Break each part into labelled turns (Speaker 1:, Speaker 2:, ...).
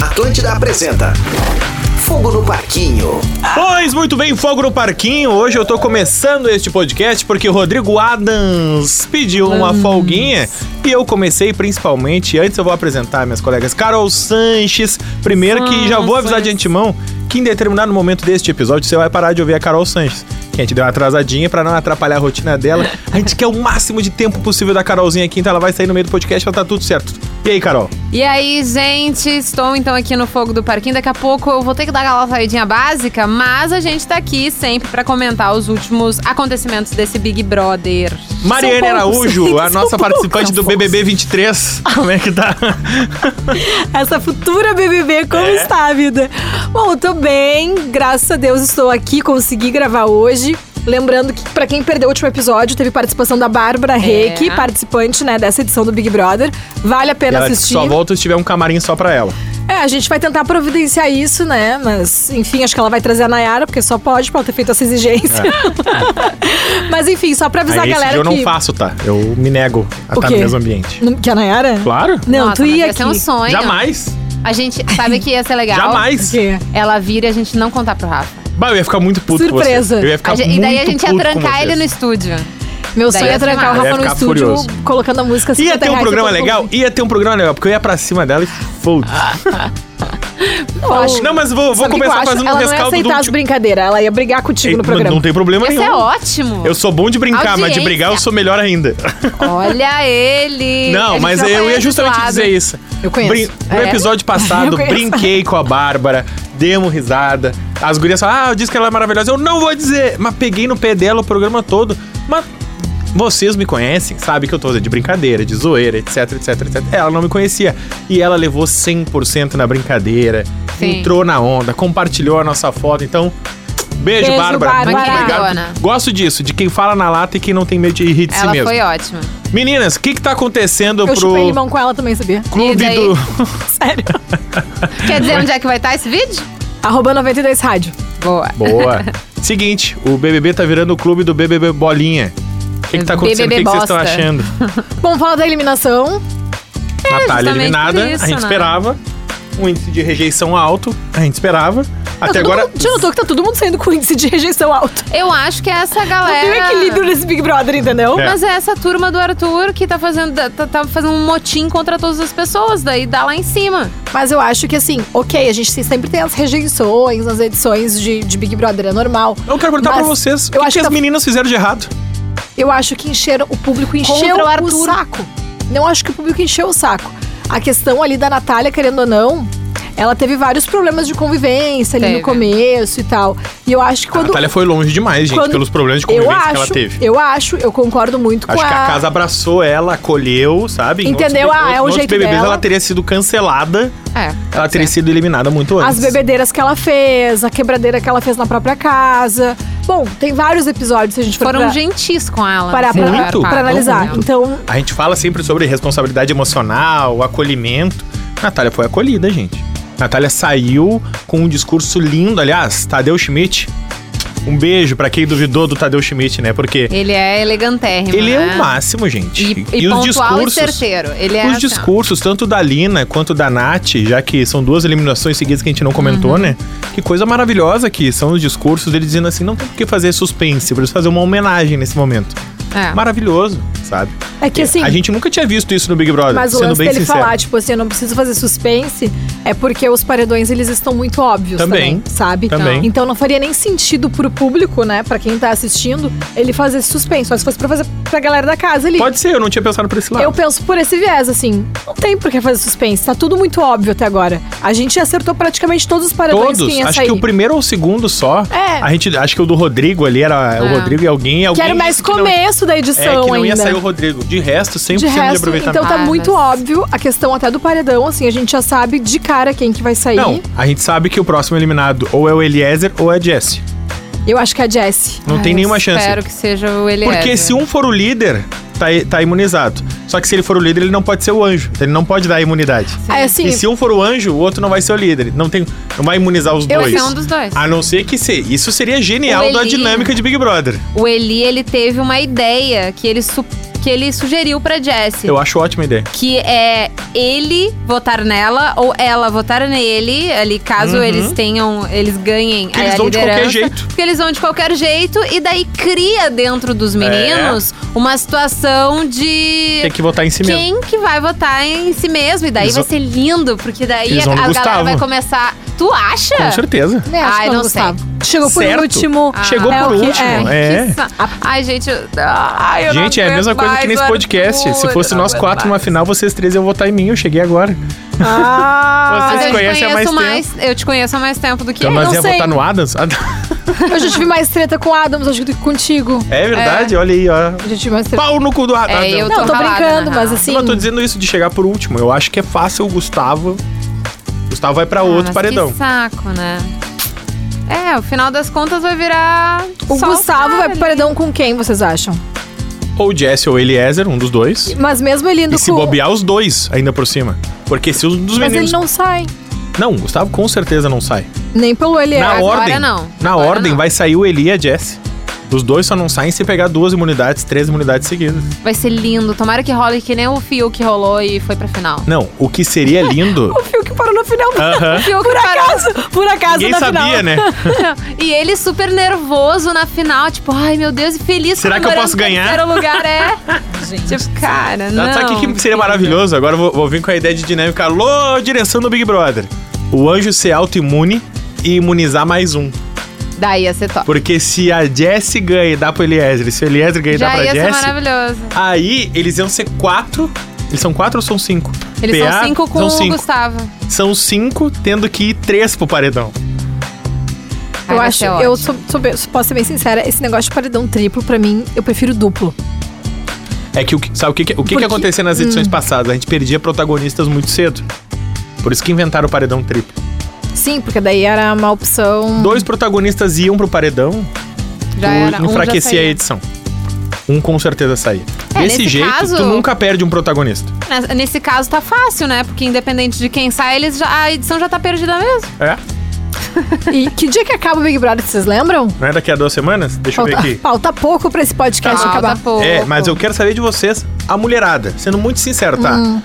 Speaker 1: Atlântida apresenta Fogo no Parquinho.
Speaker 2: Pois muito bem, Fogo no Parquinho. Hoje eu tô começando este podcast porque o Rodrigo Adams pediu uma folguinha e eu comecei principalmente. Antes eu vou apresentar minhas colegas Carol Sanches, primeiro que já vou avisar de antemão que em determinado momento deste episódio você vai parar de ouvir a Carol Sanches. Que a gente deu uma atrasadinha pra não atrapalhar a rotina dela. A gente quer o máximo de tempo possível da Carolzinha aqui, então ela vai sair no meio do podcast, vai tá tudo certo. E aí, Carol?
Speaker 3: E aí, gente, estou então aqui no Fogo do Parquinho. Daqui a pouco eu vou ter que dar aquela saidinha básica, mas a gente tá aqui sempre pra comentar os últimos acontecimentos desse Big Brother.
Speaker 2: Mariane
Speaker 4: São poucos.
Speaker 2: Araújo, a
Speaker 4: São
Speaker 2: nossa participante do
Speaker 4: poucos. São poucos.
Speaker 2: BBB 23. Como é que tá?
Speaker 4: Essa futura BBB, como
Speaker 2: É.
Speaker 4: está a vida? Bom, eu tô bem, graças a Deus estou aqui, consegui gravar hoje. Lembrando que, pra quem perdeu o último episódio, teve participação da
Speaker 3: É.
Speaker 4: Bárbara Reck, participante né, dessa edição do Big Brother. Vale a pena
Speaker 2: Ela disse que
Speaker 4: assistir.
Speaker 2: só volta se tiver um camarim só pra ela.
Speaker 4: É, a gente vai tentar providenciar isso, né? Mas, enfim, acho que ela vai trazer a Nayara, porque só pode pra ela ter feito essa exigência. Mas, enfim, só pra
Speaker 2: É. Aí
Speaker 4: avisar a
Speaker 2: esse
Speaker 4: galera
Speaker 2: dia eu
Speaker 4: que.
Speaker 2: não faço, tá? Eu me nego a
Speaker 4: O
Speaker 2: estar no
Speaker 4: quê?
Speaker 2: mesmo ambiente.
Speaker 4: Não- Que a Nayara?
Speaker 2: Claro.
Speaker 4: Não,
Speaker 3: Nossa,
Speaker 4: tu
Speaker 3: mas
Speaker 4: ia
Speaker 3: ia
Speaker 4: aqui.
Speaker 3: ser um sonho.
Speaker 2: Jamais.
Speaker 3: A gente sabe que ia ser legal.
Speaker 2: Jamais.
Speaker 4: Que-
Speaker 3: Ela vira e a gente não contar pro Rafa.
Speaker 2: Bah, eu ia ficar muito puto com
Speaker 4: Surpresa.
Speaker 2: vocês. Eu ia ficar
Speaker 3: A gente- e daí a
Speaker 2: muito
Speaker 3: gente ia
Speaker 2: puto com
Speaker 3: trancar ele no
Speaker 2: vocês.
Speaker 3: estúdio.
Speaker 4: Meu
Speaker 3: Daí ia
Speaker 4: sonho é
Speaker 3: ser
Speaker 4: trancar o
Speaker 3: massa.
Speaker 4: Rafa
Speaker 2: Ia
Speaker 4: no
Speaker 2: ficar
Speaker 4: estúdio,
Speaker 2: furioso.
Speaker 4: colocando a música assim
Speaker 2: Ia
Speaker 4: 50
Speaker 2: ter um
Speaker 4: reais,
Speaker 2: programa
Speaker 4: eu tô
Speaker 2: legal? Ia ter um programa legal, porque eu ia pra cima dela e foda
Speaker 4: Eu acho.
Speaker 2: Não, mas vou, vou
Speaker 4: Sabe o que eu
Speaker 2: começar
Speaker 4: acho?
Speaker 2: fazendo um
Speaker 4: ela não ia
Speaker 2: rescaldo do
Speaker 4: aceitar as
Speaker 2: último...
Speaker 4: brincadeiras, ela ia brigar contigo no
Speaker 2: Não-
Speaker 4: programa.
Speaker 2: Não tem problema
Speaker 3: Ia ser
Speaker 2: nenhum.
Speaker 3: ótimo.
Speaker 2: Eu sou bom de brincar, mas de
Speaker 3: Audiência.
Speaker 2: brigar eu sou melhor ainda.
Speaker 3: Olha ele. A
Speaker 2: Não,
Speaker 3: gente
Speaker 2: mas
Speaker 3: não
Speaker 2: eu
Speaker 3: conhece
Speaker 2: ia
Speaker 3: esse
Speaker 2: justamente
Speaker 3: lado.
Speaker 2: dizer isso.
Speaker 4: Eu conheço.
Speaker 2: No
Speaker 3: É?
Speaker 2: episódio passado,
Speaker 4: Eu conheço.
Speaker 2: brinquei com a Bárbara, demos risada. As gurias falaram, ah, eu disse que ela é maravilhosa. Eu não vou dizer, mas peguei no pé dela o programa todo. Mas vocês me conhecem, sabem que eu tô fazendo de brincadeira, de zoeira, etc, etc, etc. Ela não me conhecia. E ela levou 100% na brincadeira,
Speaker 3: Sim.
Speaker 2: entrou na onda, compartilhou a nossa foto. Então, beijo,
Speaker 4: Beijo,
Speaker 2: Bárbara.
Speaker 4: Bárbara.
Speaker 2: Muito
Speaker 3: Obrigadona.
Speaker 2: obrigado. Gosto disso, de quem fala na lata e quem não tem medo de rir de si
Speaker 3: Ela
Speaker 2: mesmo.
Speaker 3: foi ótima.
Speaker 2: Meninas, o que que tá acontecendo
Speaker 4: Eu chupei
Speaker 2: pro
Speaker 4: limão com ela também, sabia?
Speaker 3: E
Speaker 2: clube
Speaker 3: daí?
Speaker 2: do...
Speaker 4: Sério.
Speaker 3: Quer dizer onde é que vai estar esse vídeo?
Speaker 4: Arroba 92 Rádio.
Speaker 3: Boa.
Speaker 2: Boa. Seguinte, o BBB tá virando o clube do BBB Bolinha. O que que tá acontecendo?
Speaker 3: BBB
Speaker 2: o que que vocês estão
Speaker 3: bosta.
Speaker 2: achando?
Speaker 4: Bom, fala da eliminação. É,
Speaker 2: Natália
Speaker 3: justamente
Speaker 2: eliminada,
Speaker 3: por isso,
Speaker 2: a gente
Speaker 3: né?
Speaker 2: esperava. Um índice de rejeição alto, a gente esperava. Até
Speaker 4: Tá todo
Speaker 2: agora...
Speaker 4: mundo- Já notou que tá todo mundo saindo com índice de rejeição alto.
Speaker 3: Eu acho que é essa
Speaker 4: Não tem
Speaker 3: galera.
Speaker 4: um equilíbrio nesse Big Brother, entendeu?
Speaker 2: É.
Speaker 3: Mas é essa turma do Arthur que tá fazendo, tá, tá fazendo um motim contra todas as pessoas, daí dá lá em cima.
Speaker 4: Mas eu acho que assim, ok, a gente sempre tem as rejeições, as edições de, de Big Brother, é normal.
Speaker 2: Eu quero perguntar
Speaker 4: Mas
Speaker 2: pra vocês, o que,
Speaker 4: eu
Speaker 2: que,
Speaker 4: acho que
Speaker 2: as
Speaker 4: tá-
Speaker 2: meninas fizeram de errado?
Speaker 4: Eu acho que encheram, o público encheu
Speaker 3: Contra o
Speaker 4: o,
Speaker 3: Arthur.
Speaker 4: saco. Não acho que o público encheu o saco. A questão ali da Natália, querendo ou não, ela teve vários problemas de convivência ali
Speaker 3: Teve.
Speaker 4: no começo e tal. E eu acho que
Speaker 2: A
Speaker 4: quando.
Speaker 2: Natália foi longe demais, gente,
Speaker 4: quando-
Speaker 2: pelos problemas de
Speaker 4: eu
Speaker 2: convivência
Speaker 4: acho,
Speaker 2: que ela teve.
Speaker 4: Eu acho, eu concordo muito
Speaker 2: Acho
Speaker 4: com
Speaker 2: que a casa abraçou ela, acolheu, sabe? Em
Speaker 4: Entendeu?
Speaker 2: outros-
Speaker 4: Ah, é
Speaker 2: em
Speaker 4: o
Speaker 2: outros
Speaker 4: jeito
Speaker 2: BBBs
Speaker 4: dela.
Speaker 2: ela teria sido cancelada,
Speaker 3: É.
Speaker 2: ela
Speaker 3: pode
Speaker 2: teria
Speaker 3: ser.
Speaker 2: sido eliminada muito antes.
Speaker 4: As bebedeiras que ela fez, a quebradeira que ela fez na própria casa. Bom, tem vários episódios, se a gente for
Speaker 3: Foram
Speaker 4: pra,
Speaker 3: gentis com ela.
Speaker 4: parar
Speaker 3: assim,
Speaker 4: pra,
Speaker 3: a maior
Speaker 2: Muito.
Speaker 3: parte.
Speaker 4: pra analisar.
Speaker 3: Muito.
Speaker 4: Então,
Speaker 2: A gente fala sempre sobre responsabilidade emocional, acolhimento. Natália foi acolhida, gente. Natália saiu com um discurso lindo, aliás, Tadeu Schmidt. Um beijo pra quem duvidou do Tadeu Schmidt, né? Porque
Speaker 3: Ele é elegantérrimo.
Speaker 2: ele é
Speaker 3: né?
Speaker 2: o máximo, gente.
Speaker 3: E, e, pontual e certeiro. Ele é
Speaker 2: os
Speaker 3: assim, ó.
Speaker 2: discursos, tanto da Lina quanto da Nath, já que são duas eliminações seguidas que a gente não comentou,
Speaker 3: Uhum.
Speaker 2: né? Que coisa maravilhosa que são os discursos dele dizendo assim: não tem por que fazer suspense, preciso fazer uma homenagem nesse momento.
Speaker 3: É.
Speaker 2: Maravilhoso, sabe?
Speaker 4: é que assim.
Speaker 2: a gente nunca tinha visto isso no Big Brother,
Speaker 4: Mas o
Speaker 2: sendo
Speaker 4: lance
Speaker 2: bem
Speaker 4: dele
Speaker 2: sincero.
Speaker 4: falar, tipo assim, eu não preciso fazer suspense, é porque os paredões, eles estão muito óbvios
Speaker 2: Também.
Speaker 4: também, sabe?
Speaker 2: Também.
Speaker 4: Então não faria nem sentido pro público, né, pra quem tá assistindo, ele fazer esse suspense, só se fosse pra fazer pra galera da casa ali.
Speaker 2: Pode ser, eu não tinha pensado por esse lado.
Speaker 4: Eu penso por esse viés, assim, não tem por que fazer suspense, tá tudo muito óbvio até agora. A gente acertou praticamente todos os paredões
Speaker 2: Todos,
Speaker 4: que ia
Speaker 2: acho
Speaker 4: sair.
Speaker 2: que o primeiro ou o segundo só.
Speaker 4: É.
Speaker 2: A gente, acho que o do Rodrigo ali era o
Speaker 3: É.
Speaker 2: Rodrigo e alguém. alguém
Speaker 4: Que era o mais
Speaker 2: disse que não-
Speaker 4: começo da edição
Speaker 2: É, que não
Speaker 4: ainda.
Speaker 2: ia sair o Rodrigo. De resto, 100% de,
Speaker 4: de resto,
Speaker 2: aproveitamento.
Speaker 4: então tá
Speaker 3: Ah,
Speaker 4: muito
Speaker 3: mas-
Speaker 4: óbvio a questão até do paredão, assim, a gente já sabe de cara quem que vai sair.
Speaker 2: Não, a gente sabe que o próximo eliminado ou é o Eliezer ou é a Jessie.
Speaker 4: Eu acho que é a Jessie.
Speaker 2: Não tem nenhuma chance.
Speaker 3: Espero que seja o ele
Speaker 2: Porque se um for o líder, tá, tá imunizado. Só que se ele for o líder, ele não pode ser o anjo. Então ele não pode dar a imunidade.
Speaker 4: É assim,
Speaker 2: E se um for o anjo, o outro não vai ser o líder. Não, tem, não vai imunizar os
Speaker 3: Eu
Speaker 2: dois.
Speaker 4: é
Speaker 2: Ah.
Speaker 3: ser um dos dois.
Speaker 2: A não ser que se, isso seria
Speaker 3: O
Speaker 2: genial da
Speaker 3: Eli-
Speaker 2: dinâmica de Big Brother.
Speaker 3: O Eli, ele teve uma ideia que ele su- que ele sugeriu pra Jessie.
Speaker 2: Eu acho ótima ideia.
Speaker 3: Que é ele votar nela ou ela votar nele, ali caso
Speaker 2: Uhum.
Speaker 3: eles tenham, eles ganhem
Speaker 2: Que
Speaker 3: a
Speaker 2: eles vão de
Speaker 3: liderança.
Speaker 2: qualquer jeito.
Speaker 3: Porque eles vão de qualquer jeito e daí cria dentro dos meninos uma situação de
Speaker 2: É. Tem que votar em si mesmo.
Speaker 3: quem que vai votar em si mesmo. E daí
Speaker 2: Eles
Speaker 3: vai
Speaker 2: vão-
Speaker 3: ser lindo, porque daí
Speaker 2: Eles
Speaker 3: a,
Speaker 2: vão
Speaker 3: a
Speaker 2: no
Speaker 3: galera
Speaker 2: Gustavo.
Speaker 3: vai começar. Tu acha?
Speaker 2: Com certeza.
Speaker 4: É, acho
Speaker 3: Ai,
Speaker 4: que
Speaker 3: não
Speaker 4: não gostava. Chegou por
Speaker 2: Certo.
Speaker 4: último.
Speaker 2: Chegou
Speaker 4: é
Speaker 2: por
Speaker 4: o que-
Speaker 2: último.
Speaker 4: é.
Speaker 2: É.
Speaker 3: Que sa- Ai, gente. eu- Ai, eu não
Speaker 2: Gente, é a
Speaker 3: aguento
Speaker 2: mesma coisa
Speaker 3: mais
Speaker 2: que
Speaker 3: o
Speaker 2: nesse
Speaker 3: Arthur,
Speaker 2: podcast. Se
Speaker 3: eu
Speaker 2: fosse
Speaker 3: não
Speaker 2: nós
Speaker 3: aguento
Speaker 2: quatro numa
Speaker 3: mais.
Speaker 2: final, vocês três iam votar em mim. Eu cheguei agora.
Speaker 4: Ah,
Speaker 3: Mas
Speaker 2: Vocês
Speaker 3: eu te
Speaker 2: conhecem há mais
Speaker 3: conheço
Speaker 2: tempo.
Speaker 3: mais, Eu te conheço há mais tempo do que
Speaker 2: Então
Speaker 3: ele.
Speaker 2: nós
Speaker 4: não
Speaker 2: ia
Speaker 4: sei.
Speaker 2: votar no Adams? Ah,
Speaker 4: eu já tive mais treta com o Adams, acho que contigo.
Speaker 2: É verdade, olha aí, ó.
Speaker 4: Eu já tive mais treta.
Speaker 2: Pau no cu do Adams.
Speaker 3: É, eu
Speaker 4: Não, tô,
Speaker 3: tô ralada,
Speaker 4: brincando,
Speaker 3: na
Speaker 4: mas
Speaker 3: real.
Speaker 4: assim.
Speaker 2: Não, eu tô dizendo isso de chegar por último. Eu acho que é fácil o Gustavo. Gustavo vai pra
Speaker 3: Ah,
Speaker 2: outro
Speaker 3: mas
Speaker 2: paredão.
Speaker 3: Que saco, né? É, o final das contas vai virar.
Speaker 4: O
Speaker 3: só
Speaker 4: Gustavo
Speaker 3: cara
Speaker 4: vai
Speaker 3: ali.
Speaker 4: pro paredão com quem, vocês acham?
Speaker 2: Ou Jesse ou Eliezer, um dos dois.
Speaker 4: Mas mesmo ele indo
Speaker 2: E se
Speaker 4: com.
Speaker 2: bobear os dois, ainda por cima. Porque se um dos
Speaker 4: mas ele
Speaker 2: meninos.
Speaker 4: não sai.
Speaker 2: Não, o Gustavo com certeza não sai.
Speaker 4: Nem pelo ele é.
Speaker 2: na
Speaker 3: agora
Speaker 2: ordem.
Speaker 3: não.
Speaker 2: Na
Speaker 3: Agora
Speaker 2: ordem
Speaker 3: não.
Speaker 2: vai sair o Eli e a Jess. Os dois só não saem se pegar duas imunidades, três imunidades seguidas.
Speaker 3: Vai ser lindo. Tomara que role que nem o Fio que rolou e foi pra final.
Speaker 2: Não, o que seria lindo.
Speaker 4: O Fio que parou na final.
Speaker 2: Aham.
Speaker 3: Fiuk
Speaker 4: Por
Speaker 3: parou.
Speaker 4: acaso, por
Speaker 2: Ah.
Speaker 4: acaso
Speaker 2: Ninguém
Speaker 4: na
Speaker 2: sabia,
Speaker 4: final.
Speaker 2: né?
Speaker 3: E ele super nervoso na final, tipo, ai meu Deus, e feliz
Speaker 2: Será que eu
Speaker 3: comemorando
Speaker 2: posso
Speaker 3: o
Speaker 2: ganhar? Tá,
Speaker 3: Terceiro lugar é. tipo, cara, não.
Speaker 2: Sabe o que que seria
Speaker 3: incrível.
Speaker 2: maravilhoso? Agora eu vou, vou vir com a ideia de dinâmica. Alô, direção do Big Brother. O anjo ser autoimune e imunizar mais um.
Speaker 3: Daí ia ser top.
Speaker 2: Porque se a Jess ganha e dá pro Eliezer, e se o Eliezer ganha e dá
Speaker 3: Já
Speaker 2: pra
Speaker 3: ia ser
Speaker 2: Jess,
Speaker 3: maravilhoso.
Speaker 2: aí eles iam ser quatro. Eles são quatro ou são cinco?
Speaker 3: Eles
Speaker 2: PA
Speaker 3: são cinco com
Speaker 2: são
Speaker 3: o
Speaker 2: cinco.
Speaker 3: Gustavo.
Speaker 2: São cinco, tendo que ir três pro paredão.
Speaker 3: Ai,
Speaker 4: Eu
Speaker 3: vai
Speaker 4: acho,
Speaker 3: ser
Speaker 4: eu
Speaker 3: ótimo.
Speaker 4: sou, sou bem- posso ser bem sincera, esse negócio de paredão triplo, pra mim, eu prefiro duplo.
Speaker 2: É que, o que- sabe o que, que- o que, que
Speaker 4: Porque-
Speaker 2: acontecia nas edições
Speaker 3: Hum.
Speaker 2: passadas? A gente perdia protagonistas muito cedo. Por isso que inventaram o paredão triplo.
Speaker 4: Sim, porque daí era uma opção.
Speaker 2: Dois protagonistas iam pro paredão,
Speaker 3: Uhum. Já era.
Speaker 2: tu
Speaker 3: Um já
Speaker 2: enfraquecia a
Speaker 3: saiu.
Speaker 2: edição. Um com certeza saía.
Speaker 3: É,
Speaker 2: Desse
Speaker 3: nesse
Speaker 2: jeito,
Speaker 3: caso-
Speaker 2: tu nunca perde um protagonista.
Speaker 3: Nes- Nesse caso tá fácil, né? Porque independente de quem sai, eles já, a edição já tá perdida mesmo.
Speaker 2: É?
Speaker 4: E que dia que acaba o Big Brother, vocês lembram?
Speaker 2: Não é daqui a duas semanas? Deixa eu ver
Speaker 4: Falta,
Speaker 2: aqui.
Speaker 4: falta pouco pra esse podcast
Speaker 3: Falta
Speaker 4: acabar.
Speaker 3: pouco.
Speaker 2: É, mas eu quero saber de vocês, a mulherada. Sendo muito sincero, tá?
Speaker 4: Hum.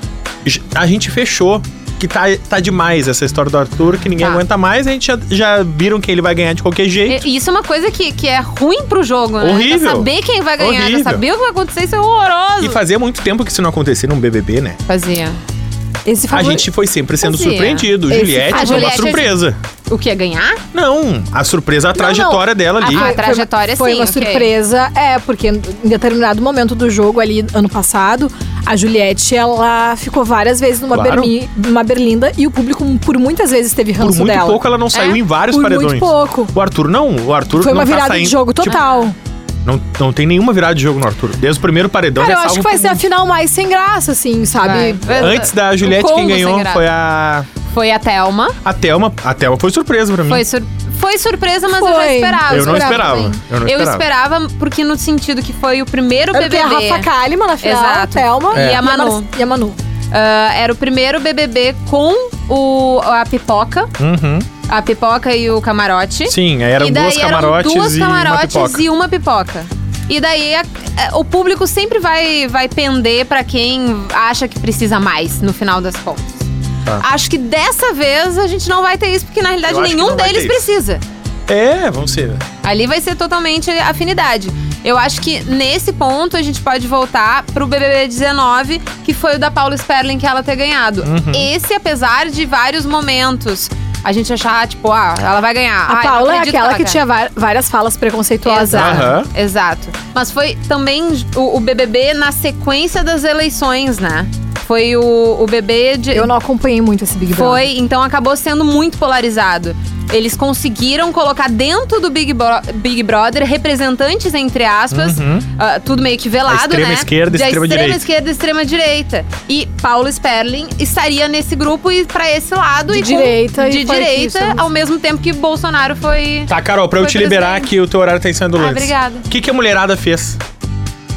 Speaker 2: J- A gente fechou que tá, tá demais essa história do Arthur, que ninguém
Speaker 3: Tá.
Speaker 2: aguenta mais. A gente já, já viram que ele vai ganhar de qualquer jeito.
Speaker 3: E isso é uma coisa que, que é ruim pro jogo, né?
Speaker 2: Horrível.
Speaker 3: Já saber quem vai ganhar,
Speaker 2: Horrível.
Speaker 3: já saber o que vai acontecer, isso é horroroso.
Speaker 2: E fazia muito tempo que isso não acontecia num BBB, né?
Speaker 3: Fazia.
Speaker 4: Esse
Speaker 2: A
Speaker 4: favor...
Speaker 2: gente foi sempre sendo
Speaker 3: Fazia.
Speaker 2: surpreendido.
Speaker 4: Esse- é
Speaker 2: Juliette
Speaker 3: A
Speaker 2: foi uma
Speaker 3: Juliette-
Speaker 2: surpresa.
Speaker 3: O que é ganhar?
Speaker 2: Não, a surpresa, a trajetória dela ali.
Speaker 3: Ah,
Speaker 4: Foi-
Speaker 3: a trajetória,
Speaker 4: foi,
Speaker 3: sim,
Speaker 4: Foi uma
Speaker 3: ok.
Speaker 4: surpresa, é, porque em determinado momento do jogo ali, ano passado, a Juliette, ela ficou várias vezes numa,
Speaker 2: Claro.
Speaker 4: bermi- numa berlinda e o público por muitas vezes teve
Speaker 2: Por
Speaker 4: ranço
Speaker 2: muito
Speaker 4: dela. É,
Speaker 2: pouco ela não saiu em vários
Speaker 4: por
Speaker 2: paredões.
Speaker 4: muito pouco.
Speaker 2: O Arthur não, o Arthur
Speaker 4: Foi
Speaker 2: não
Speaker 4: uma
Speaker 2: tá
Speaker 4: virada de
Speaker 2: saindo-
Speaker 4: jogo
Speaker 2: tipo,
Speaker 4: total.
Speaker 2: não, não tem nenhuma virada de jogo no Arthur. Desde o primeiro paredão
Speaker 4: Cara,
Speaker 2: ele
Speaker 4: eu
Speaker 2: é
Speaker 4: acho
Speaker 2: salvo
Speaker 4: que vai
Speaker 2: por
Speaker 4: ser a final mais sem graça, assim, sabe?
Speaker 3: Vai.
Speaker 2: Antes da
Speaker 3: O
Speaker 2: Juliette, quem
Speaker 3: Congo sem
Speaker 2: ganhou
Speaker 3: graça.
Speaker 2: é, foi a.
Speaker 3: Foi a Thelma.
Speaker 2: A Thelma. A Thelma foi surpresa pra mim.
Speaker 3: Foi, sur- foi surpresa, mas eu já
Speaker 4: Foi.
Speaker 3: esperava.
Speaker 2: Eu não
Speaker 3: sim.
Speaker 2: esperava, eu não
Speaker 3: eu
Speaker 2: esperava.
Speaker 3: esperava, porque no sentido que foi o primeiro
Speaker 4: Era porque
Speaker 3: BBB.
Speaker 4: a Rafa Kalimann na final,
Speaker 3: Exato.
Speaker 4: a Thelma
Speaker 3: É. E a Manu.
Speaker 4: Mar- E a Manu.
Speaker 3: Ah, era o primeiro BBB com o, a pipoca.
Speaker 2: Uhum.
Speaker 3: A pipoca e o camarote.
Speaker 2: Sim, aí eram
Speaker 3: e daí
Speaker 2: duas
Speaker 3: eram
Speaker 2: camarotes
Speaker 3: duas
Speaker 2: e
Speaker 3: camarotes
Speaker 2: uma pipoca.
Speaker 3: e uma pipoca. E daí a- é, o público sempre vai, vai pender pra quem acha que precisa mais, no final das contas.
Speaker 2: Tá.
Speaker 3: Acho que dessa vez a gente não vai ter isso, porque na realidade
Speaker 2: Eu acho que
Speaker 3: nenhum
Speaker 2: não vai ter
Speaker 3: deles
Speaker 2: isso.
Speaker 3: precisa.
Speaker 2: É, vamos ver.
Speaker 3: Ali vai ser totalmente afinidade. Eu acho que nesse ponto a gente pode voltar pro BBB 19, que foi o da Paula Sperling que ela ter ganhado.
Speaker 2: Uhum.
Speaker 3: Esse, apesar de vários momentos, a gente achar, tipo, ah, ela vai ganhar. Ah,
Speaker 4: A
Speaker 3: eu não
Speaker 4: Paula é
Speaker 3: acredito
Speaker 4: aquela
Speaker 3: ela
Speaker 4: que
Speaker 3: ganha.
Speaker 4: tinha va- várias falas preconceituosas.
Speaker 3: Exato,
Speaker 2: Aham.
Speaker 3: exato. Mas foi também o, o BBB na sequência das eleições, né? Foi o, o BB de,
Speaker 4: Eu não acompanhei muito esse Big Brother.
Speaker 3: foi, então acabou sendo muito polarizado. Eles conseguiram colocar dentro do Big, Bro- Big Brother representantes, entre aspas,
Speaker 2: Uhum.
Speaker 3: ah, tudo meio que velado,
Speaker 2: A extrema
Speaker 3: né?
Speaker 2: esquerda e
Speaker 3: De
Speaker 2: extrema direita.
Speaker 3: esquerda e extrema direita. E Paulo Sperling estaria nesse grupo e pra esse lado.
Speaker 4: De
Speaker 3: e com-
Speaker 4: direita e
Speaker 3: de
Speaker 4: foi né? aqui,
Speaker 3: direita,
Speaker 4: estamos.
Speaker 3: ao mesmo tempo que Bolsonaro foi...
Speaker 2: Tá, Carol, pra eu
Speaker 3: Foi
Speaker 2: te liberar
Speaker 3: presidente.
Speaker 2: que o teu horário tá saindo do
Speaker 3: Ah,
Speaker 2: lance.
Speaker 3: obrigada.
Speaker 2: O que, que a mulherada fez?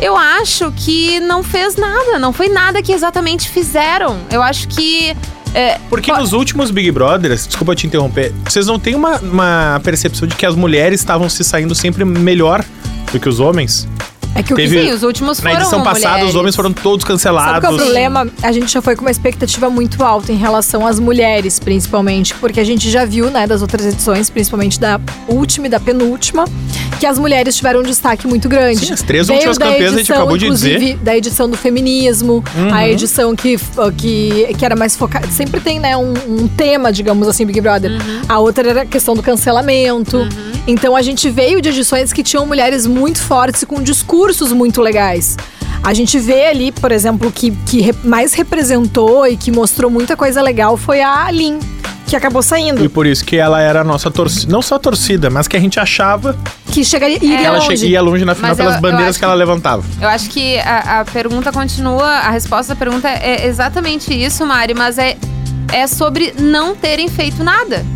Speaker 3: Eu acho que não fez nada, não foi nada que exatamente fizeram. Eu acho que... é,
Speaker 2: Porque
Speaker 3: Pô-
Speaker 2: nos últimos Big Brothers, desculpa te interromper, vocês não têm uma, uma percepção de que as mulheres estavam se saindo sempre melhor do que os homens?
Speaker 4: É que o
Speaker 2: Teve-
Speaker 3: Sim, os últimos
Speaker 2: Na
Speaker 3: foram
Speaker 2: edição passada,
Speaker 3: mulheres.
Speaker 2: os homens foram todos
Speaker 4: Sabe qual é o
Speaker 2: cancelados.
Speaker 4: problema? A gente já foi com uma expectativa muito alta em relação às mulheres, principalmente, porque a gente já viu, né, das outras edições, principalmente da última e da penúltima, que as mulheres tiveram um destaque muito grande.
Speaker 2: Sim, as três
Speaker 4: Veio
Speaker 2: últimas
Speaker 4: da
Speaker 2: campeãs a gente
Speaker 4: edição,
Speaker 2: acabou de
Speaker 4: inclusive,
Speaker 2: dizer. Uhum.
Speaker 4: da edição do feminismo, a edição que, que, que era mais focada. Sempre tem, né, um, um tema, digamos assim, Big Brother.
Speaker 2: Uhum.
Speaker 4: A outra era a questão do cancelamento. Então a gente veio de edições que tinham mulheres muito fortes e com discursos muito legais. A gente vê ali, por exemplo, que, que re- mais representou e que mostrou muita coisa legal foi a Lin, que acabou saindo.
Speaker 2: E por isso que ela era a nossa torcida. Não só a torcida, mas que a gente achava
Speaker 4: Que chegaria iria
Speaker 2: que ela
Speaker 4: longe.
Speaker 2: che- ia longe na final
Speaker 3: É Mas eu-
Speaker 2: pelas
Speaker 3: eu
Speaker 2: bandeiras
Speaker 3: acho
Speaker 2: que ela levantava.
Speaker 3: Eu acho que a, a pergunta continua, a resposta da pergunta é exatamente isso, Mari, mas é, é sobre não terem feito nada.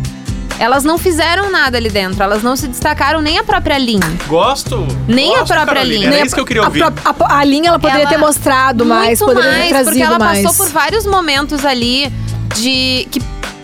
Speaker 3: Elas não fizeram nada ali dentro, elas não se destacaram nem a própria linha.
Speaker 2: Gosto.
Speaker 3: Nem a própria Aline.
Speaker 2: Era
Speaker 4: Nem
Speaker 2: isso que eu queria
Speaker 4: a,
Speaker 2: ouvir.
Speaker 4: pró- a- a Lin, ela poderia
Speaker 3: Ela-
Speaker 4: ter mostrado mais,
Speaker 3: Muito
Speaker 4: poderia ter
Speaker 3: mais,
Speaker 4: trazido
Speaker 3: porque ela
Speaker 4: mais.
Speaker 3: passou por vários momentos ali de que,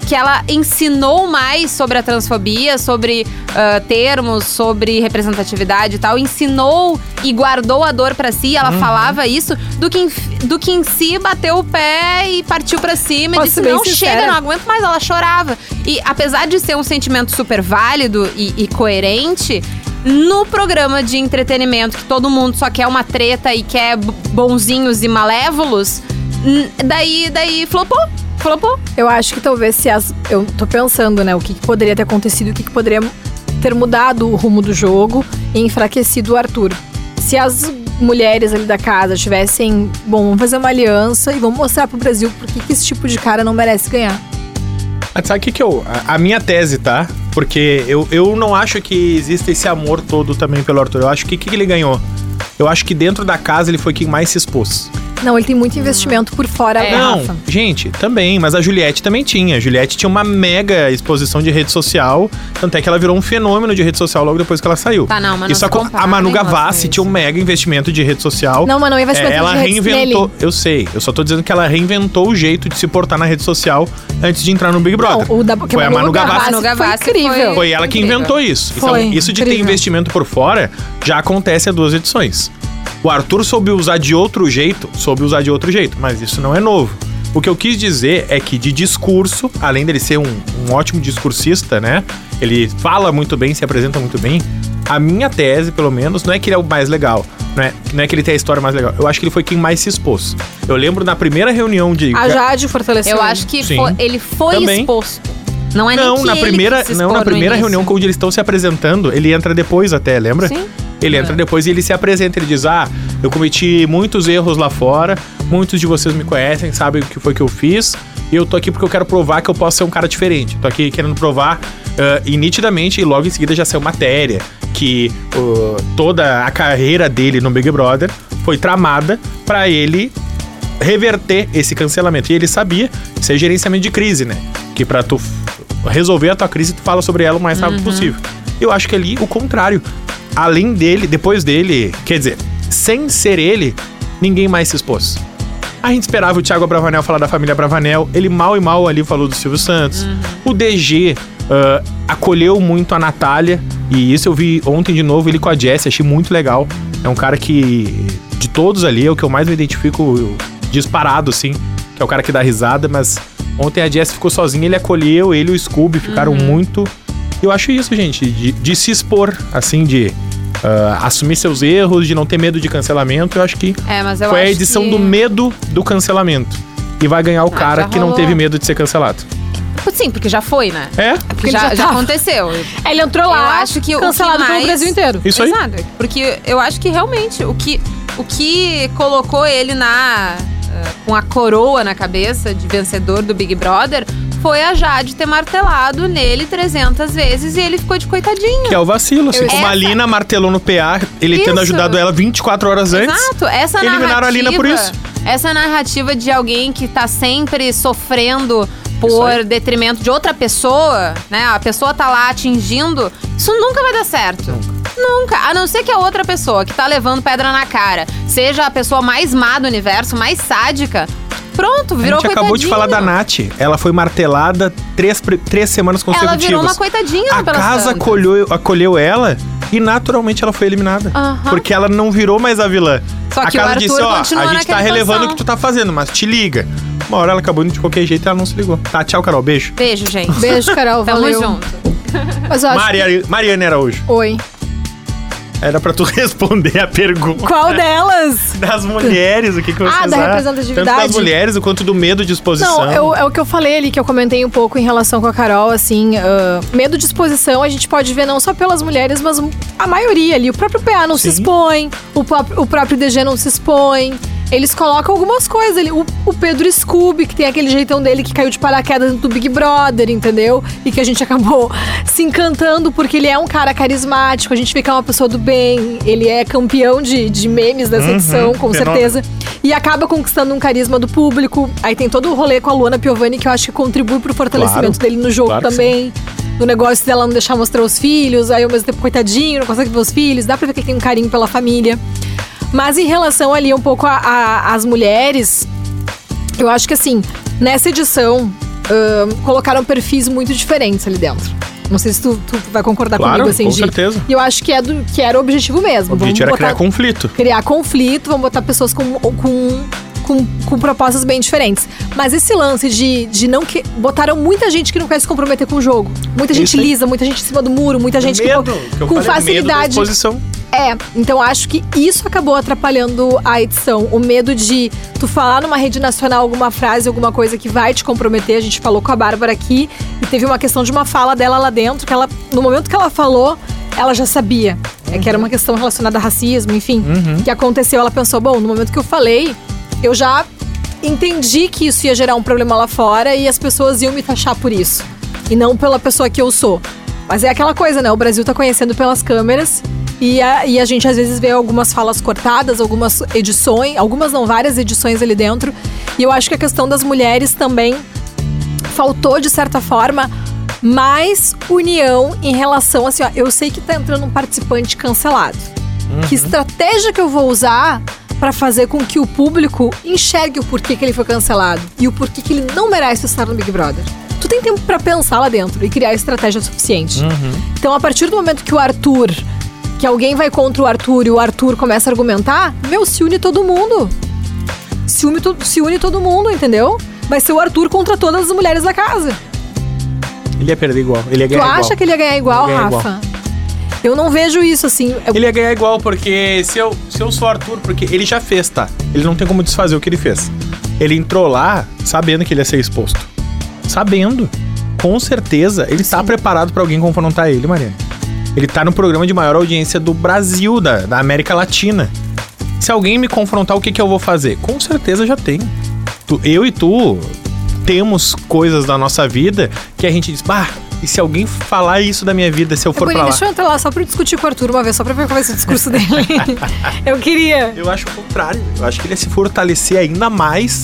Speaker 3: que ela ensinou mais sobre a transfobia, sobre ah, termos, sobre representatividade e tal, ensinou e guardou a dor pra si, ela
Speaker 4: Uhum.
Speaker 3: falava isso, do que, em, do que em si bateu o pé e partiu pra cima
Speaker 4: Posso
Speaker 3: e disse:
Speaker 4: ser bem
Speaker 3: "Não
Speaker 4: sincera?
Speaker 3: chega, não aguento mais". Ela chorava. E apesar de ser um sentimento super válido e, e coerente, no programa de entretenimento que todo mundo só quer uma treta e quer b- bonzinhos e malévolos, n- daí daí flopou, flopou.
Speaker 4: Eu acho que talvez se as. Eu tô pensando, né? O que, que poderia ter acontecido, o que, que poderia ter mudado o rumo do jogo e enfraquecido o Arthur. Se as mulheres ali da casa tivessem. Bom, vamos fazer uma aliança e vamos mostrar pro Brasil por que que esse tipo de cara não merece ganhar.
Speaker 2: Mas Ah, sabe o que, que eu. A, a minha tese, tá? Porque eu, eu não acho que exista esse amor todo também pelo Arthur. Eu acho que o que, que ele ganhou? Eu acho que dentro da casa ele foi quem mais se expôs.
Speaker 4: Não, ele tem muito investimento por fora,
Speaker 3: É.
Speaker 2: não,
Speaker 4: Rafa.
Speaker 2: gente, também, mas a Juliette também tinha. A Juliette tinha uma mega exposição de rede social, tanto é que ela virou um fenômeno de rede social logo depois que ela saiu.
Speaker 3: Tá, não, mas não
Speaker 2: Isso
Speaker 3: se
Speaker 2: acon-
Speaker 3: compara,
Speaker 2: a Manu
Speaker 3: nem gosto
Speaker 2: Gavassi
Speaker 3: disso.
Speaker 2: tinha um mega investimento de rede social.
Speaker 4: Não, mas não investimento
Speaker 2: É, ela
Speaker 4: de redes
Speaker 2: reinventou.
Speaker 4: nele.
Speaker 2: Eu sei, eu só tô dizendo que ela reinventou o jeito de se portar na rede social antes de entrar no Big Brother.
Speaker 4: Não, o da que
Speaker 2: Foi a Manu Gavassi.
Speaker 3: Manu Gavassi
Speaker 4: foi incrível.
Speaker 3: foi-
Speaker 2: Foi ela que
Speaker 3: Incrível.
Speaker 2: inventou isso.
Speaker 4: Foi,
Speaker 2: então, isso de ter
Speaker 4: incrível.
Speaker 2: investimento por fora já acontece há duas edições. O Arthur soube usar de outro jeito, soube usar de outro jeito, mas isso não é novo. O que eu quis dizer é que de discurso, além dele ser um, um ótimo discursista, né? Ele fala muito bem, se apresenta muito bem. A minha tese, pelo menos, não é que ele é o mais legal. Não é, não é que ele tem a história mais legal. Eu acho que ele foi quem mais se expôs. Eu lembro na primeira reunião de.
Speaker 3: Ah,
Speaker 4: A Jade fortaleceu.
Speaker 3: Eu
Speaker 4: ele.
Speaker 3: acho que
Speaker 2: Sim.
Speaker 3: fo- ele foi
Speaker 2: Também.
Speaker 3: exposto. Não é nem
Speaker 2: não,
Speaker 3: que
Speaker 2: na
Speaker 3: ele
Speaker 2: primeira,
Speaker 3: quis se
Speaker 2: não,
Speaker 3: expor
Speaker 2: na
Speaker 3: no
Speaker 2: primeira
Speaker 3: início.
Speaker 2: reunião onde eles estão se apresentando, ele entra depois até, lembra?
Speaker 3: Sim.
Speaker 2: Ele entra depois e ele se apresenta, ele diz: "Ah, eu cometi muitos erros lá fora, muitos de vocês me conhecem, sabem o que foi que eu fiz, e eu tô aqui porque eu quero provar que eu posso ser um cara diferente. Tô aqui querendo provar ah, e nitidamente e logo em seguida já saiu matéria que ah, toda a carreira dele no Big Brother foi tramada pra ele reverter esse cancelamento. E ele sabia, isso é gerenciamento de crise, né? Que pra tu f- resolver a tua crise, tu fala sobre ela o mais rápido possível. Eu acho que ali o contrário. Além dele, depois dele, quer dizer, sem ser ele, ninguém mais se expôs. A gente esperava o Thiago Bravanel falar da família Bravanel, ele mal e mal ali falou do Silvio Santos. O DG ah, acolheu muito a Natália, e isso eu vi ontem de novo ele com a Jessie, achei muito legal. É um cara que, de todos ali, é o que eu mais me identifico eu- disparado, assim, que é o cara que dá risada, mas ontem a Jessie ficou sozinha, ele acolheu, ele e o Scooby ficaram muito. Eu acho isso, gente, de, de se expor, assim, de ah, assumir seus erros, de não ter medo de cancelamento, eu acho que
Speaker 3: É, mas eu
Speaker 2: foi a
Speaker 3: acho
Speaker 2: edição
Speaker 3: que- Ah,
Speaker 2: do medo do cancelamento. E vai ganhar o cara
Speaker 3: já
Speaker 2: que não
Speaker 3: rolou.
Speaker 2: teve medo de ser cancelado.
Speaker 3: Sim, porque já foi, né?
Speaker 2: É?
Speaker 3: Porque
Speaker 4: ele
Speaker 3: já,
Speaker 4: já
Speaker 3: já
Speaker 4: tava.
Speaker 3: aconteceu.
Speaker 4: Ele entrou
Speaker 3: Eu
Speaker 4: lá,
Speaker 3: acho que o que
Speaker 4: cancelado pelo
Speaker 3: mais-
Speaker 4: Brasil inteiro.
Speaker 2: Isso aí.
Speaker 3: Exato. Porque eu acho que realmente o que, o que colocou ele na eh, com a coroa na cabeça de vencedor do Big Brother foi a Jade ter martelado nele 300 vezes e ele ficou de coitadinho.
Speaker 2: Que é o vacilo. Assim
Speaker 4: Eu-
Speaker 2: como a
Speaker 3: Essa-
Speaker 2: Lina martelou no PA, ele tendo
Speaker 3: Isso.
Speaker 2: ajudado ela 24 horas antes.
Speaker 3: Exato. Essa
Speaker 2: eliminaram
Speaker 3: narrativa,
Speaker 2: a Lina por isso.
Speaker 3: Essa narrativa de alguém que tá sempre sofrendo
Speaker 2: Isso
Speaker 3: por
Speaker 2: aí.
Speaker 3: detrimento de outra pessoa, né? A pessoa tá lá atingindo, isso nunca vai dar certo. Nunca. A não ser que a outra pessoa que tá levando pedra na cara seja a pessoa mais má do universo, mais sádica. Pronto,
Speaker 2: A
Speaker 3: virou
Speaker 2: gente acabou de
Speaker 3: coitadinho.
Speaker 2: falar da Nath. Ela foi martelada três, pre- três semanas
Speaker 3: Ela
Speaker 2: consecutivas.
Speaker 3: virou uma coitadinha
Speaker 2: a
Speaker 3: pelas
Speaker 2: casa
Speaker 3: tantas.
Speaker 2: acolheu, acolheu ela E naturalmente ela foi eliminada.
Speaker 3: Aham.
Speaker 2: Porque ela não virou mais a vilã.
Speaker 3: Só que
Speaker 2: a
Speaker 3: o
Speaker 2: casa
Speaker 3: Arthur
Speaker 2: disse, ó, a
Speaker 3: continua
Speaker 2: gente tá
Speaker 3: naquela
Speaker 2: relevando o
Speaker 3: posição."
Speaker 2: que tu tá fazendo, mas te liga. Uma hora ela acabou indo de qualquer jeito e ela não se ligou. Tá, tchau, Carol. Beijo.
Speaker 3: Beijo, gente.
Speaker 4: Beijo, Carol.
Speaker 3: Tamo
Speaker 4: valeu.
Speaker 3: junto.
Speaker 4: Mas eu
Speaker 3: Tá,
Speaker 4: acho que-
Speaker 2: Maria, Mariana Araújo.
Speaker 4: Oi.
Speaker 2: Era pra tu responder a pergunta.
Speaker 4: Qual delas?
Speaker 2: Das mulheres, o que, que
Speaker 4: Ah,
Speaker 2: vocês
Speaker 4: da
Speaker 2: acham?
Speaker 4: representatividade?
Speaker 2: Tanto das mulheres quanto do medo de exposição.
Speaker 4: Não, eu- é o que eu falei ali, que eu comentei um pouco em relação com a Carol, assim, ah, medo de exposição a gente pode ver não só pelas mulheres, mas a maioria ali. O próprio PA não se
Speaker 2: Sim.
Speaker 4: expõe, o, pró- o próprio DG não se expõe. Eles colocam algumas coisas ali. O, o Pedro Scooby, que tem aquele jeitão dele que caiu de paraquedas do Big Brother, entendeu? E que a gente acabou se encantando porque ele é um cara carismático, a gente fica uma pessoa do bem, ele é campeão de, de memes dessa
Speaker 2: Uhum,
Speaker 4: edição, com
Speaker 2: fenômeno.
Speaker 4: certeza coisa. E acaba conquistando um carisma do público. Aí tem todo o rolê com a Luana Piovani, que eu acho que contribui pro fortalecimento
Speaker 2: Claro.
Speaker 4: dele no jogo
Speaker 2: Claro que
Speaker 4: também. Do negócio dela não deixar mostrar os filhos, aí ao mesmo tempo, coitadinho, não consegue ver os filhos. Dá pra ver que ele tem um carinho pela família. Mas em relação ali um pouco a- a- às mulheres, eu acho que assim, nessa edição, ahn, colocaram perfis muito diferentes ali dentro. Não sei se tu, tu vai concordar
Speaker 2: Claro,
Speaker 4: comigo, assim,
Speaker 2: com
Speaker 4: de-
Speaker 2: certeza.
Speaker 4: E eu acho que, é do, que era o objetivo mesmo.
Speaker 2: O objetivo era
Speaker 4: Vamos
Speaker 2: criar
Speaker 4: botar-
Speaker 2: conflito.
Speaker 4: criar conflito, vamos botar pessoas com, com, com, com propostas bem diferentes. Mas esse lance de, de não que. Botaram muita gente que não quer se comprometer com o jogo. Muita gente
Speaker 2: Isso aí.
Speaker 4: lisa, muita gente em cima do muro, muita gente que
Speaker 2: medo, que eu
Speaker 4: com
Speaker 2: falei, Medo da
Speaker 4: facilidade.
Speaker 2: exposição.
Speaker 4: É, então acho que isso acabou atrapalhando a edição. O medo de tu falar numa rede nacional alguma frase, alguma coisa que vai te comprometer. A gente falou com a Bárbara aqui e teve uma questão de uma fala dela lá dentro, que ela, no momento que ela falou, ela já sabia. É que era uma questão relacionada a racismo, enfim, que aconteceu. Ela pensou, bom, no momento que eu falei, eu já entendi que isso ia gerar um problema lá fora e as pessoas iam me taxar por isso. E não pela pessoa que eu sou. Mas é aquela coisa, né? O Brasil tá conhecendo pelas câmeras e a, e a gente às vezes vê algumas falas cortadas, algumas edições, algumas não, várias edições ali dentro. E eu acho que a questão das mulheres também faltou, de certa forma, mais união em relação assim, ó, eu sei que tá entrando um participante cancelado. Que
Speaker 2: Uhum.
Speaker 4: estratégia que eu vou usar pra fazer com que o público enxergue o porquê que ele foi cancelado e o porquê que ele não merece estar no Big Brother? Tu tem tempo pra pensar lá dentro e criar estratégia suficiente.
Speaker 2: Uhum.
Speaker 4: Então, a partir do momento que o Arthur, que alguém vai contra o Arthur e o Arthur começa a argumentar, meu, se une todo mundo se une, to- se une todo mundo, entendeu? Vai ser o Arthur contra todas as mulheres da casa.
Speaker 2: Ele ia perder igual. Ele ia
Speaker 4: tu
Speaker 2: ganhar
Speaker 4: acha
Speaker 2: igual.
Speaker 4: que ele ia ganhar igual,
Speaker 2: Ele ia ganhar
Speaker 4: Rafa? Eu não vejo isso assim. Eu-
Speaker 2: Ele ia ganhar igual, porque se eu, se eu sou Arthur, porque ele já fez, tá? Ele não tem como desfazer o que ele fez. Ele entrou lá sabendo que ele ia ser exposto. Sabendo. Com certeza, ele tá preparado pra alguém confrontar ele, Mariana. Ele tá no programa de maior audiência do Brasil, da, da América Latina. Se alguém me confrontar, o que, que eu vou fazer? Com certeza já tem. Tu- eu e tu temos coisas da nossa vida que a gente diz, bah, e se alguém falar isso da minha vida, se eu
Speaker 4: É,
Speaker 2: for
Speaker 4: Gurinha,
Speaker 2: pra lá?
Speaker 4: deixa eu entrar lá só pra eu discutir com o Arthur uma vez, só pra ver qual vai ser o discurso dele. eu queria.
Speaker 2: Eu acho o contrário. Eu acho que ele ia se fortalecer ainda mais.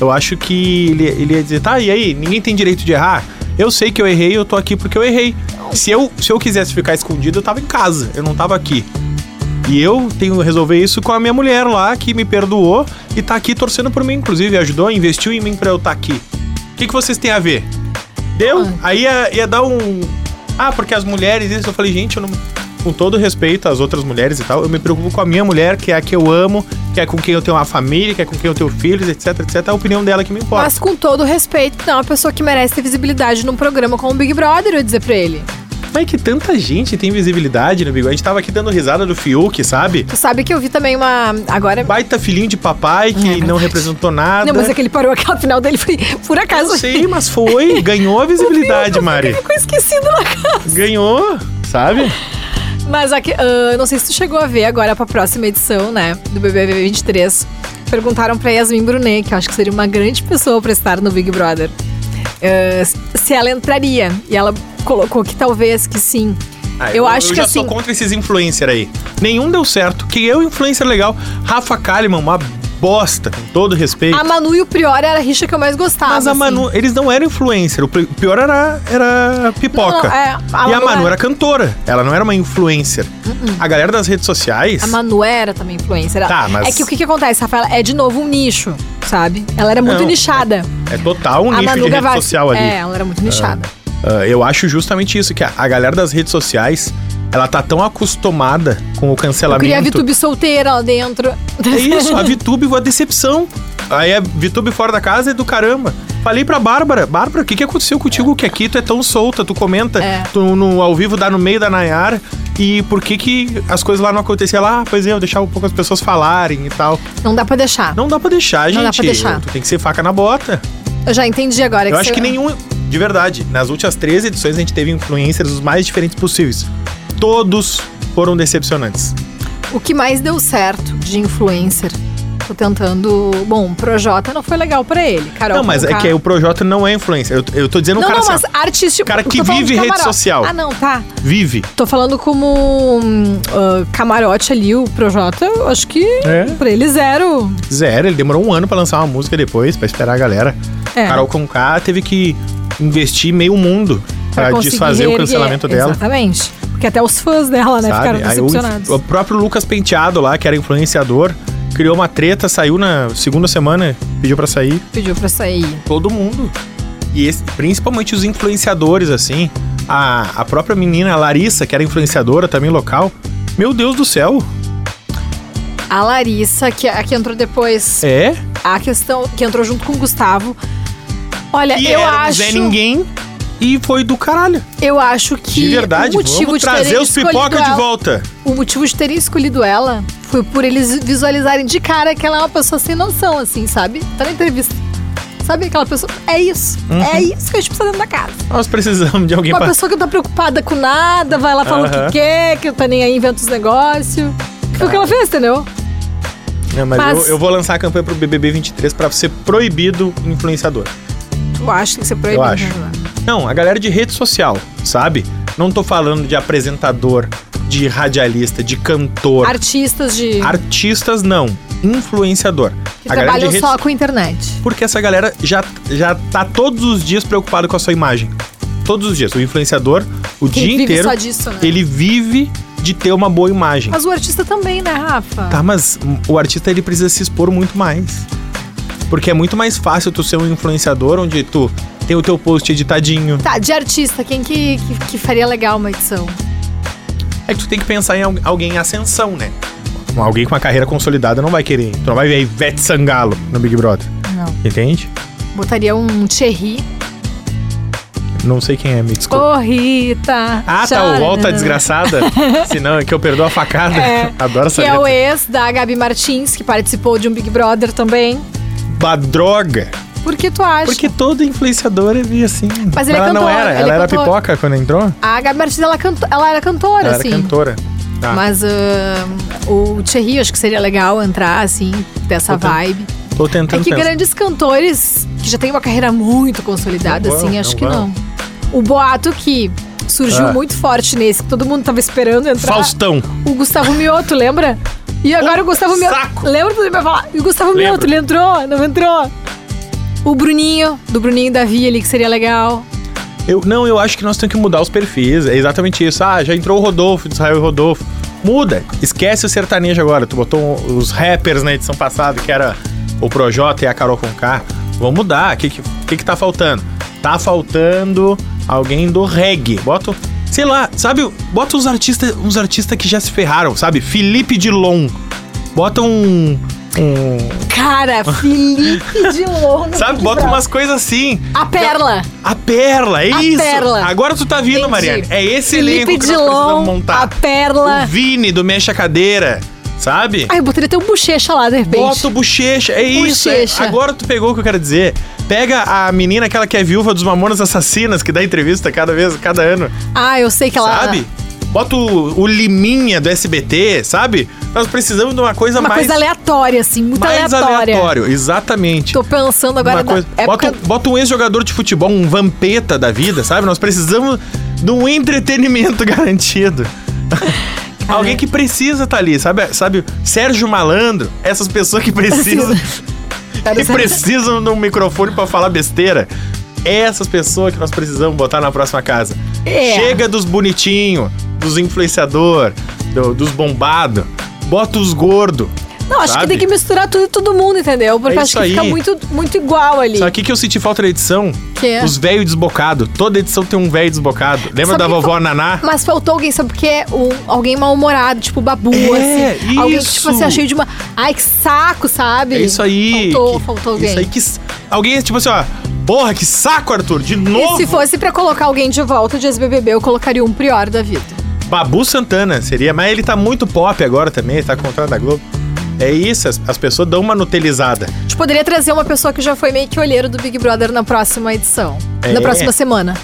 Speaker 2: Eu acho que ele, ele ia dizer, tá, e aí? Ninguém tem direito de errar? Eu sei que eu errei, eu tô aqui porque eu errei. Se eu, se eu quisesse ficar escondido, eu tava em casa, eu não tava aqui. E eu tenho que resolver isso com a minha mulher lá, que me perdoou e tá aqui torcendo por mim, inclusive. Ajudou, investiu em mim pra eu estar tá aqui. O que, que vocês têm a ver? Deu?
Speaker 4: Ah.
Speaker 2: Aí ia, ia dar um. Ah, porque as mulheres, isso. Eu falei, gente, eu não. Com todo respeito às outras mulheres e tal, eu me preocupo com a minha mulher, que é a que eu amo, que é com quem eu tenho uma família, que é com quem eu tenho filhos, etc, etc. É a opinião dela que me importa.
Speaker 4: Mas com todo respeito, não, é uma pessoa que merece ter visibilidade num programa como o Big Brother, eu ia dizer pra ele.
Speaker 2: Mas é que tanta gente tem visibilidade no bigode. A gente tava aqui dando risada do Fiuk, sabe?
Speaker 4: Tu sabe que eu vi também uma. Agora.
Speaker 2: Baita filhinho de papai que não representou nada.
Speaker 4: É. Não, mas é que ele parou aquela final dele, foi por acaso.
Speaker 2: Eu sei, mas foi. Ganhou a visibilidade, Mari.
Speaker 4: Ficou esquecido na casa.
Speaker 2: Ganhou, sabe?
Speaker 4: Mas aqui, ah, não sei se tu chegou a ver agora pra próxima edição, né, do BBB 23. Perguntaram pra Yasmin Brunet, que eu acho que seria uma grande pessoa pra estar no Big Brother, ah, se ela entraria. E ela colocou que talvez que sim.
Speaker 2: Ah,
Speaker 4: eu, acho que
Speaker 2: já
Speaker 4: assim.
Speaker 2: sou contra esses influencers aí. Nenhum deu certo. Que eu, influencer legal. Rafa Kalimann, uma bosta, com todo respeito.
Speaker 4: A Manu e o Prior era a rixa que eu mais gostava.
Speaker 2: Mas a
Speaker 4: assim.
Speaker 2: Manu, eles não eram influencer. O pri- pior era, era pipoca.
Speaker 4: Não, é, a
Speaker 2: e a
Speaker 4: Manu
Speaker 2: Manu
Speaker 4: era- Uh-uh.
Speaker 2: era cantora. Ela não era uma influencer. A galera das redes sociais.
Speaker 4: A Manu era também influencer. Ela-
Speaker 2: Tá, mas-
Speaker 4: É que o que, que acontece, Rafaela? É de novo um nicho, sabe? Ela era muito
Speaker 2: Não.
Speaker 4: nichada.
Speaker 2: É total um
Speaker 4: a
Speaker 2: nicho
Speaker 4: Manu
Speaker 2: de rede
Speaker 4: Gavassi-
Speaker 2: social ali. né?
Speaker 4: É, ela era muito nichada.
Speaker 2: Ah, eu acho justamente isso, que a, a galera das redes sociais Ela tá tão acostumada com o
Speaker 4: Eu queria a
Speaker 2: cancelamento.
Speaker 4: VTube solteira lá dentro.
Speaker 2: É isso, a VTube foi a decepção. Aí a VTube fora da casa é do caramba. Falei pra Bárbara, Bárbara, o que, que aconteceu contigo que aqui tu é tão solta, tu comenta,
Speaker 3: É.
Speaker 2: tu no ao vivo dá no meio da Nayara, e por que que as coisas lá não aconteciam? Ela, ah, pois é, eu deixava um pouco as pessoas falarem e tal.
Speaker 4: Não dá pra deixar.
Speaker 2: Não dá pra deixar, gente.
Speaker 4: Não dá pra deixar.
Speaker 2: Tu tem que ser faca na bota.
Speaker 4: Eu já entendi agora.
Speaker 2: eu acho
Speaker 4: você-
Speaker 2: que nenhum. De verdade, nas últimas três edições a gente teve influencers os mais diferentes possíveis. Todos foram decepcionantes.
Speaker 4: O que mais deu certo de influencer? Tô tentando. Bom, o Projota não foi legal pra ele, Carol.
Speaker 2: não, mas é
Speaker 4: Conká.
Speaker 2: que o Projota não é influencer. Eu, eu tô dizendo um
Speaker 4: Não,
Speaker 2: cara
Speaker 4: não, mas
Speaker 2: assim, ó,
Speaker 4: artístico.
Speaker 2: cara que
Speaker 4: tô falando
Speaker 2: vive
Speaker 4: de
Speaker 2: rede
Speaker 4: camarote.
Speaker 2: social.
Speaker 4: Ah, não, tá.
Speaker 2: vive.
Speaker 4: Tô falando como hum, ah, camarote ali, o Projota, eu acho que
Speaker 2: É.
Speaker 4: pra ele zero.
Speaker 2: Zero, ele demorou um ano pra lançar uma música depois, pra esperar a galera.
Speaker 4: É.
Speaker 2: Carol Conká teve que investir meio mundo pra,
Speaker 4: conseguir
Speaker 2: desfazer o
Speaker 4: reerguer.
Speaker 2: cancelamento dela.
Speaker 4: Exatamente. Porque até os fãs dela, né,
Speaker 2: sabe?
Speaker 4: ficaram
Speaker 2: Aí o-
Speaker 4: decepcionados.
Speaker 2: o, próprio Lucas Penteado lá, que era influenciador, criou uma treta, saiu na segunda semana, pediu pra sair.
Speaker 4: Pediu pra sair.
Speaker 2: Todo mundo. E esse- principalmente os influenciadores, assim. A, a própria menina, a Larissa, que era influenciadora também local. Meu Deus do céu.
Speaker 4: A Larissa, que, a que entrou depois,
Speaker 2: É?
Speaker 4: a questão, que entrou junto com o Gustavo. Olha,
Speaker 2: que
Speaker 4: É, eu
Speaker 2: era um
Speaker 4: acho.
Speaker 2: Zé Ninguém. E foi do caralho.
Speaker 4: Eu acho que.
Speaker 2: de verdade,
Speaker 4: o motivo
Speaker 2: vamos
Speaker 4: de
Speaker 2: trazer
Speaker 4: terem
Speaker 2: os pipoca
Speaker 4: escolhido
Speaker 2: de
Speaker 4: ela-
Speaker 2: volta.
Speaker 4: O motivo de terem escolhido ela foi por eles visualizarem de cara que ela é uma pessoa sem noção, assim, sabe? Tá na entrevista. Sabe aquela pessoa? É isso.
Speaker 2: Uhum.
Speaker 4: É isso que a gente precisa dentro da casa.
Speaker 2: Nós precisamos de alguém
Speaker 4: Uma
Speaker 2: pra...
Speaker 4: pessoa que não tá preocupada com nada, vai lá falando o
Speaker 2: Aham.
Speaker 4: que quer, que não tá nem aí, inventa os negócios. Foi o que ela fez, entendeu?
Speaker 2: Não, mas
Speaker 4: Mas-
Speaker 2: Eu, eu vou lançar a campanha pro BBB 23 pra ser proibido influenciador.
Speaker 4: Eu acho que você né?
Speaker 2: Eu acho. Não, a galera de rede social, sabe? Não tô falando de apresentador, de radialista, de cantor.
Speaker 4: Artistas de.
Speaker 2: Artistas não, influenciador.
Speaker 4: que trabalham só com internet.
Speaker 2: Porque essa galera já, já tá todos os dias preocupado com a sua imagem. Todos os dias. O influenciador, o
Speaker 4: Que
Speaker 2: dia
Speaker 4: vive
Speaker 2: inteiro,
Speaker 4: só disso, né?
Speaker 2: ele vive de ter uma boa imagem.
Speaker 4: Mas o artista também, né, Rafa?
Speaker 2: Tá, mas o artista ele precisa se expor muito mais. Porque é muito mais fácil tu ser um influenciador onde tu tem o teu post editadinho.
Speaker 4: Tá, de artista, quem que, que, que faria legal uma edição?
Speaker 2: É que tu tem que pensar em al- alguém em ascensão, né? Alguém com uma carreira consolidada não vai querer. Tu não vai ver a Ivete Sangalo no Big Brother.
Speaker 4: Não.
Speaker 2: Entende?
Speaker 4: Botaria um Thierry.
Speaker 2: Não sei quem é, me
Speaker 4: Ô,
Speaker 2: desculpa.
Speaker 4: Rita!
Speaker 2: Ah, tá,
Speaker 4: Chora,
Speaker 2: o Volta
Speaker 4: nanana.
Speaker 2: Desgraçada. Se não, é que eu perdoo a facada.
Speaker 4: né? É.
Speaker 2: Adoro essa
Speaker 4: Que é
Speaker 2: letra.
Speaker 4: o ex da Gabi Martins, que participou de um Big Brother também.
Speaker 2: Badroga.
Speaker 4: Por que tu acha?
Speaker 2: Porque todo influenciador é meio assim.
Speaker 4: Mas ele é
Speaker 2: ela não
Speaker 4: cantor,
Speaker 2: era,
Speaker 4: ele
Speaker 2: ela
Speaker 4: é
Speaker 2: era
Speaker 4: cantor.
Speaker 2: pipoca quando entrou?
Speaker 4: A Gabi Martins, ela, canto- ela era cantora,
Speaker 2: ela
Speaker 4: assim.
Speaker 2: era cantora. Tá.
Speaker 4: Mas ah, o Thierry, acho que seria legal entrar, assim, dessa
Speaker 2: Puta,
Speaker 4: vibe.
Speaker 2: Tô tentando
Speaker 4: É que
Speaker 2: pensar.
Speaker 4: grandes cantores que já têm uma carreira muito consolidada,
Speaker 2: Não vão,
Speaker 4: assim, acho
Speaker 2: não
Speaker 4: que
Speaker 2: vão.
Speaker 4: não. O boato que surgiu
Speaker 2: é um Ah.
Speaker 4: muito forte nesse, que todo mundo tava esperando entrar.
Speaker 2: Faustão.
Speaker 4: O Gustavo Mioto, lembra? E agora
Speaker 2: Um
Speaker 4: o Gustavo Mioto.
Speaker 2: saco.
Speaker 4: Lembra que ele vai falar? E o Gustavo
Speaker 2: Lembro.
Speaker 4: Mioto, ele entrou? Não entrou? O Bruninho, do Bruninho e Davi ali, que seria legal.
Speaker 2: Eu, não, eu acho que nós temos que mudar os perfis. É exatamente isso. Ah, já entrou o Rodolfo, de Israel e Rodolfo. Muda. Esquece o sertanejo agora. Tu botou um, os rappers na edição passada, que era o Projota e a Carol Conká. Vamos mudar. O que, que, que que tá faltando? Tá faltando alguém do reggae. Bota, o- sei lá, sabe? Bota uns artistas uns artistas que já se ferraram, sabe? Felipe Dilon. Bota um... um
Speaker 4: Cara, Felipe de Lono.
Speaker 2: sabe? Bota umas coisas assim.
Speaker 4: A Perla.
Speaker 2: A Perla, é
Speaker 4: A
Speaker 2: isso.
Speaker 4: Perla.
Speaker 2: Agora tu tá vindo,
Speaker 4: Entendi.
Speaker 2: Mariana. É esse
Speaker 4: Felipe
Speaker 2: elenco que nós precisamos
Speaker 4: Dilon, a
Speaker 2: montar. O
Speaker 4: Perla.
Speaker 2: Vini do Mexa Cadeira, sabe?
Speaker 4: Ai, eu botaria até um bochecha lá, de repente.
Speaker 2: Bota o bochecha, é isso. é.
Speaker 4: Bochecha.
Speaker 2: Agora tu pegou o que eu quero dizer. Pega a menina, aquela que é viúva dos Mamonas Assassinas, que dá entrevista cada vez, cada ano,
Speaker 4: Ah, eu sei que ela...
Speaker 2: sabe? Bota o, o Liminha do SBT, sabe? Nós precisamos de uma coisa
Speaker 4: Uma
Speaker 2: Tá mais,
Speaker 4: coisa aleatória, assim, muito
Speaker 2: mais
Speaker 4: aleatória.
Speaker 2: aleatório. Exatamente.
Speaker 4: Tô pensando agora
Speaker 2: Uma
Speaker 4: na
Speaker 2: coisa-
Speaker 4: época...
Speaker 2: bota, bota um ex-jogador de futebol, um vampeta da vida, sabe? Nós precisamos de um entretenimento garantido. Alguém que precisa estar ali, sabe? Sabe, Sérgio Malandro, essas pessoas que precisam,
Speaker 4: tá
Speaker 2: que precisam de um microfone pra falar besteira. Essas pessoas que nós precisamos botar na próxima casa.
Speaker 4: É.
Speaker 2: Chega dos bonitinhos, dos influenciador, do- dos bombados. Bota os gordos.
Speaker 4: Não, acho
Speaker 2: Sabe?
Speaker 4: que tem que misturar tudo e todo mundo, entendeu? Porque
Speaker 2: É
Speaker 4: acho
Speaker 2: isso
Speaker 4: que fica
Speaker 2: aí.
Speaker 4: muito, muito igual ali.
Speaker 2: Só que que eu senti falta da edição?
Speaker 4: Quê?
Speaker 2: Os velhos desbocados. Toda edição tem um velho desbocado. Lembra
Speaker 4: É. Sabe
Speaker 2: da
Speaker 4: que
Speaker 2: vovó
Speaker 4: fa-
Speaker 2: Naná?
Speaker 4: Mas faltou alguém, sabe por quê? Um, alguém mal-humorado, tipo babu,
Speaker 2: É,
Speaker 4: assim. Alguém que, tipo
Speaker 2: isso.
Speaker 4: assim, achei de uma. Ai, que saco, sabe?
Speaker 2: É isso aí.
Speaker 4: Faltou,
Speaker 2: que-
Speaker 4: faltou alguém.
Speaker 2: Isso aí que. s- Alguém, tipo assim, ó. Porra, que saco, Arthur. De
Speaker 4: E
Speaker 2: novo.
Speaker 4: se fosse pra colocar alguém de volta de ex-BBB, eu colocaria um prior da vida.
Speaker 2: Babu Santana seria. Mas ele tá muito pop agora também. Ele tá contra da Globo. É isso. As, as pessoas dão uma nutelizada.
Speaker 4: A gente Tipo, poderia trazer uma pessoa que já foi meio que olheiro do Big Brother na próxima edição.
Speaker 2: É.
Speaker 4: Na próxima semana.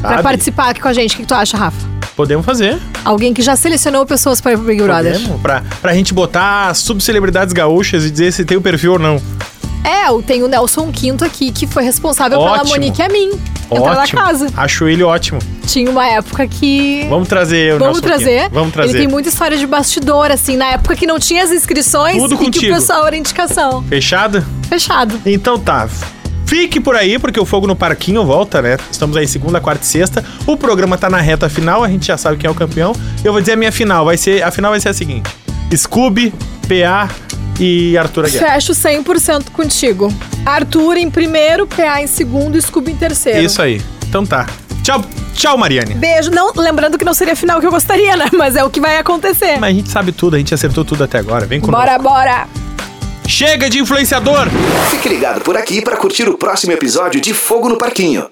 Speaker 4: Pra
Speaker 2: sabe?
Speaker 4: participar aqui com a gente. O que que tu acha, Rafa?
Speaker 2: Podemos fazer.
Speaker 4: Alguém que já selecionou pessoas para ir pro Big Brother.
Speaker 2: Podemos. Pra, pra gente botar subcelebridades gaúchas e dizer se tem o perfil ou não.
Speaker 4: É, eu tenho o Nelson Quinto aqui, que foi responsável pela
Speaker 2: Ótimo.
Speaker 4: Monique Amin. Entrar na
Speaker 2: ótimo.
Speaker 4: casa.
Speaker 2: Acho ele ótimo.
Speaker 4: Tinha uma época que.
Speaker 2: Vamos trazer o Nelson
Speaker 4: Vamos trazer.
Speaker 2: Quinto. Vamos trazer.
Speaker 4: Ele tem muita história de bastidor, assim, na época que não tinha as inscrições
Speaker 2: Tudo
Speaker 4: e que o
Speaker 2: contigo.
Speaker 4: pessoal era indicação.
Speaker 2: Fechado?
Speaker 4: Fechado.
Speaker 2: Então tá. Fique por aí, porque o Fogo no Parquinho volta, né? Estamos aí segunda, quarta e sexta. O programa tá na reta final, a gente já sabe quem é o campeão. Eu vou dizer a minha final, vai ser, a final vai ser a seguinte. Scooby, PA e Arthur Aguiar.
Speaker 4: Fecho 100% contigo. Arthur em primeiro, PA em segundo e Scooby em terceiro.
Speaker 2: Isso aí. Então tá. Tchau, tchau, Mariane.
Speaker 4: Beijo. Não, lembrando que não seria a final que eu gostaria, né? Mas é o que vai acontecer.
Speaker 2: Mas a gente sabe tudo, a gente acertou tudo até agora. Vem conosco.
Speaker 4: Bora, bora.
Speaker 2: Chega de influenciador!
Speaker 1: Fique ligado por aqui para curtir o próximo episódio de Fogo no Parquinho.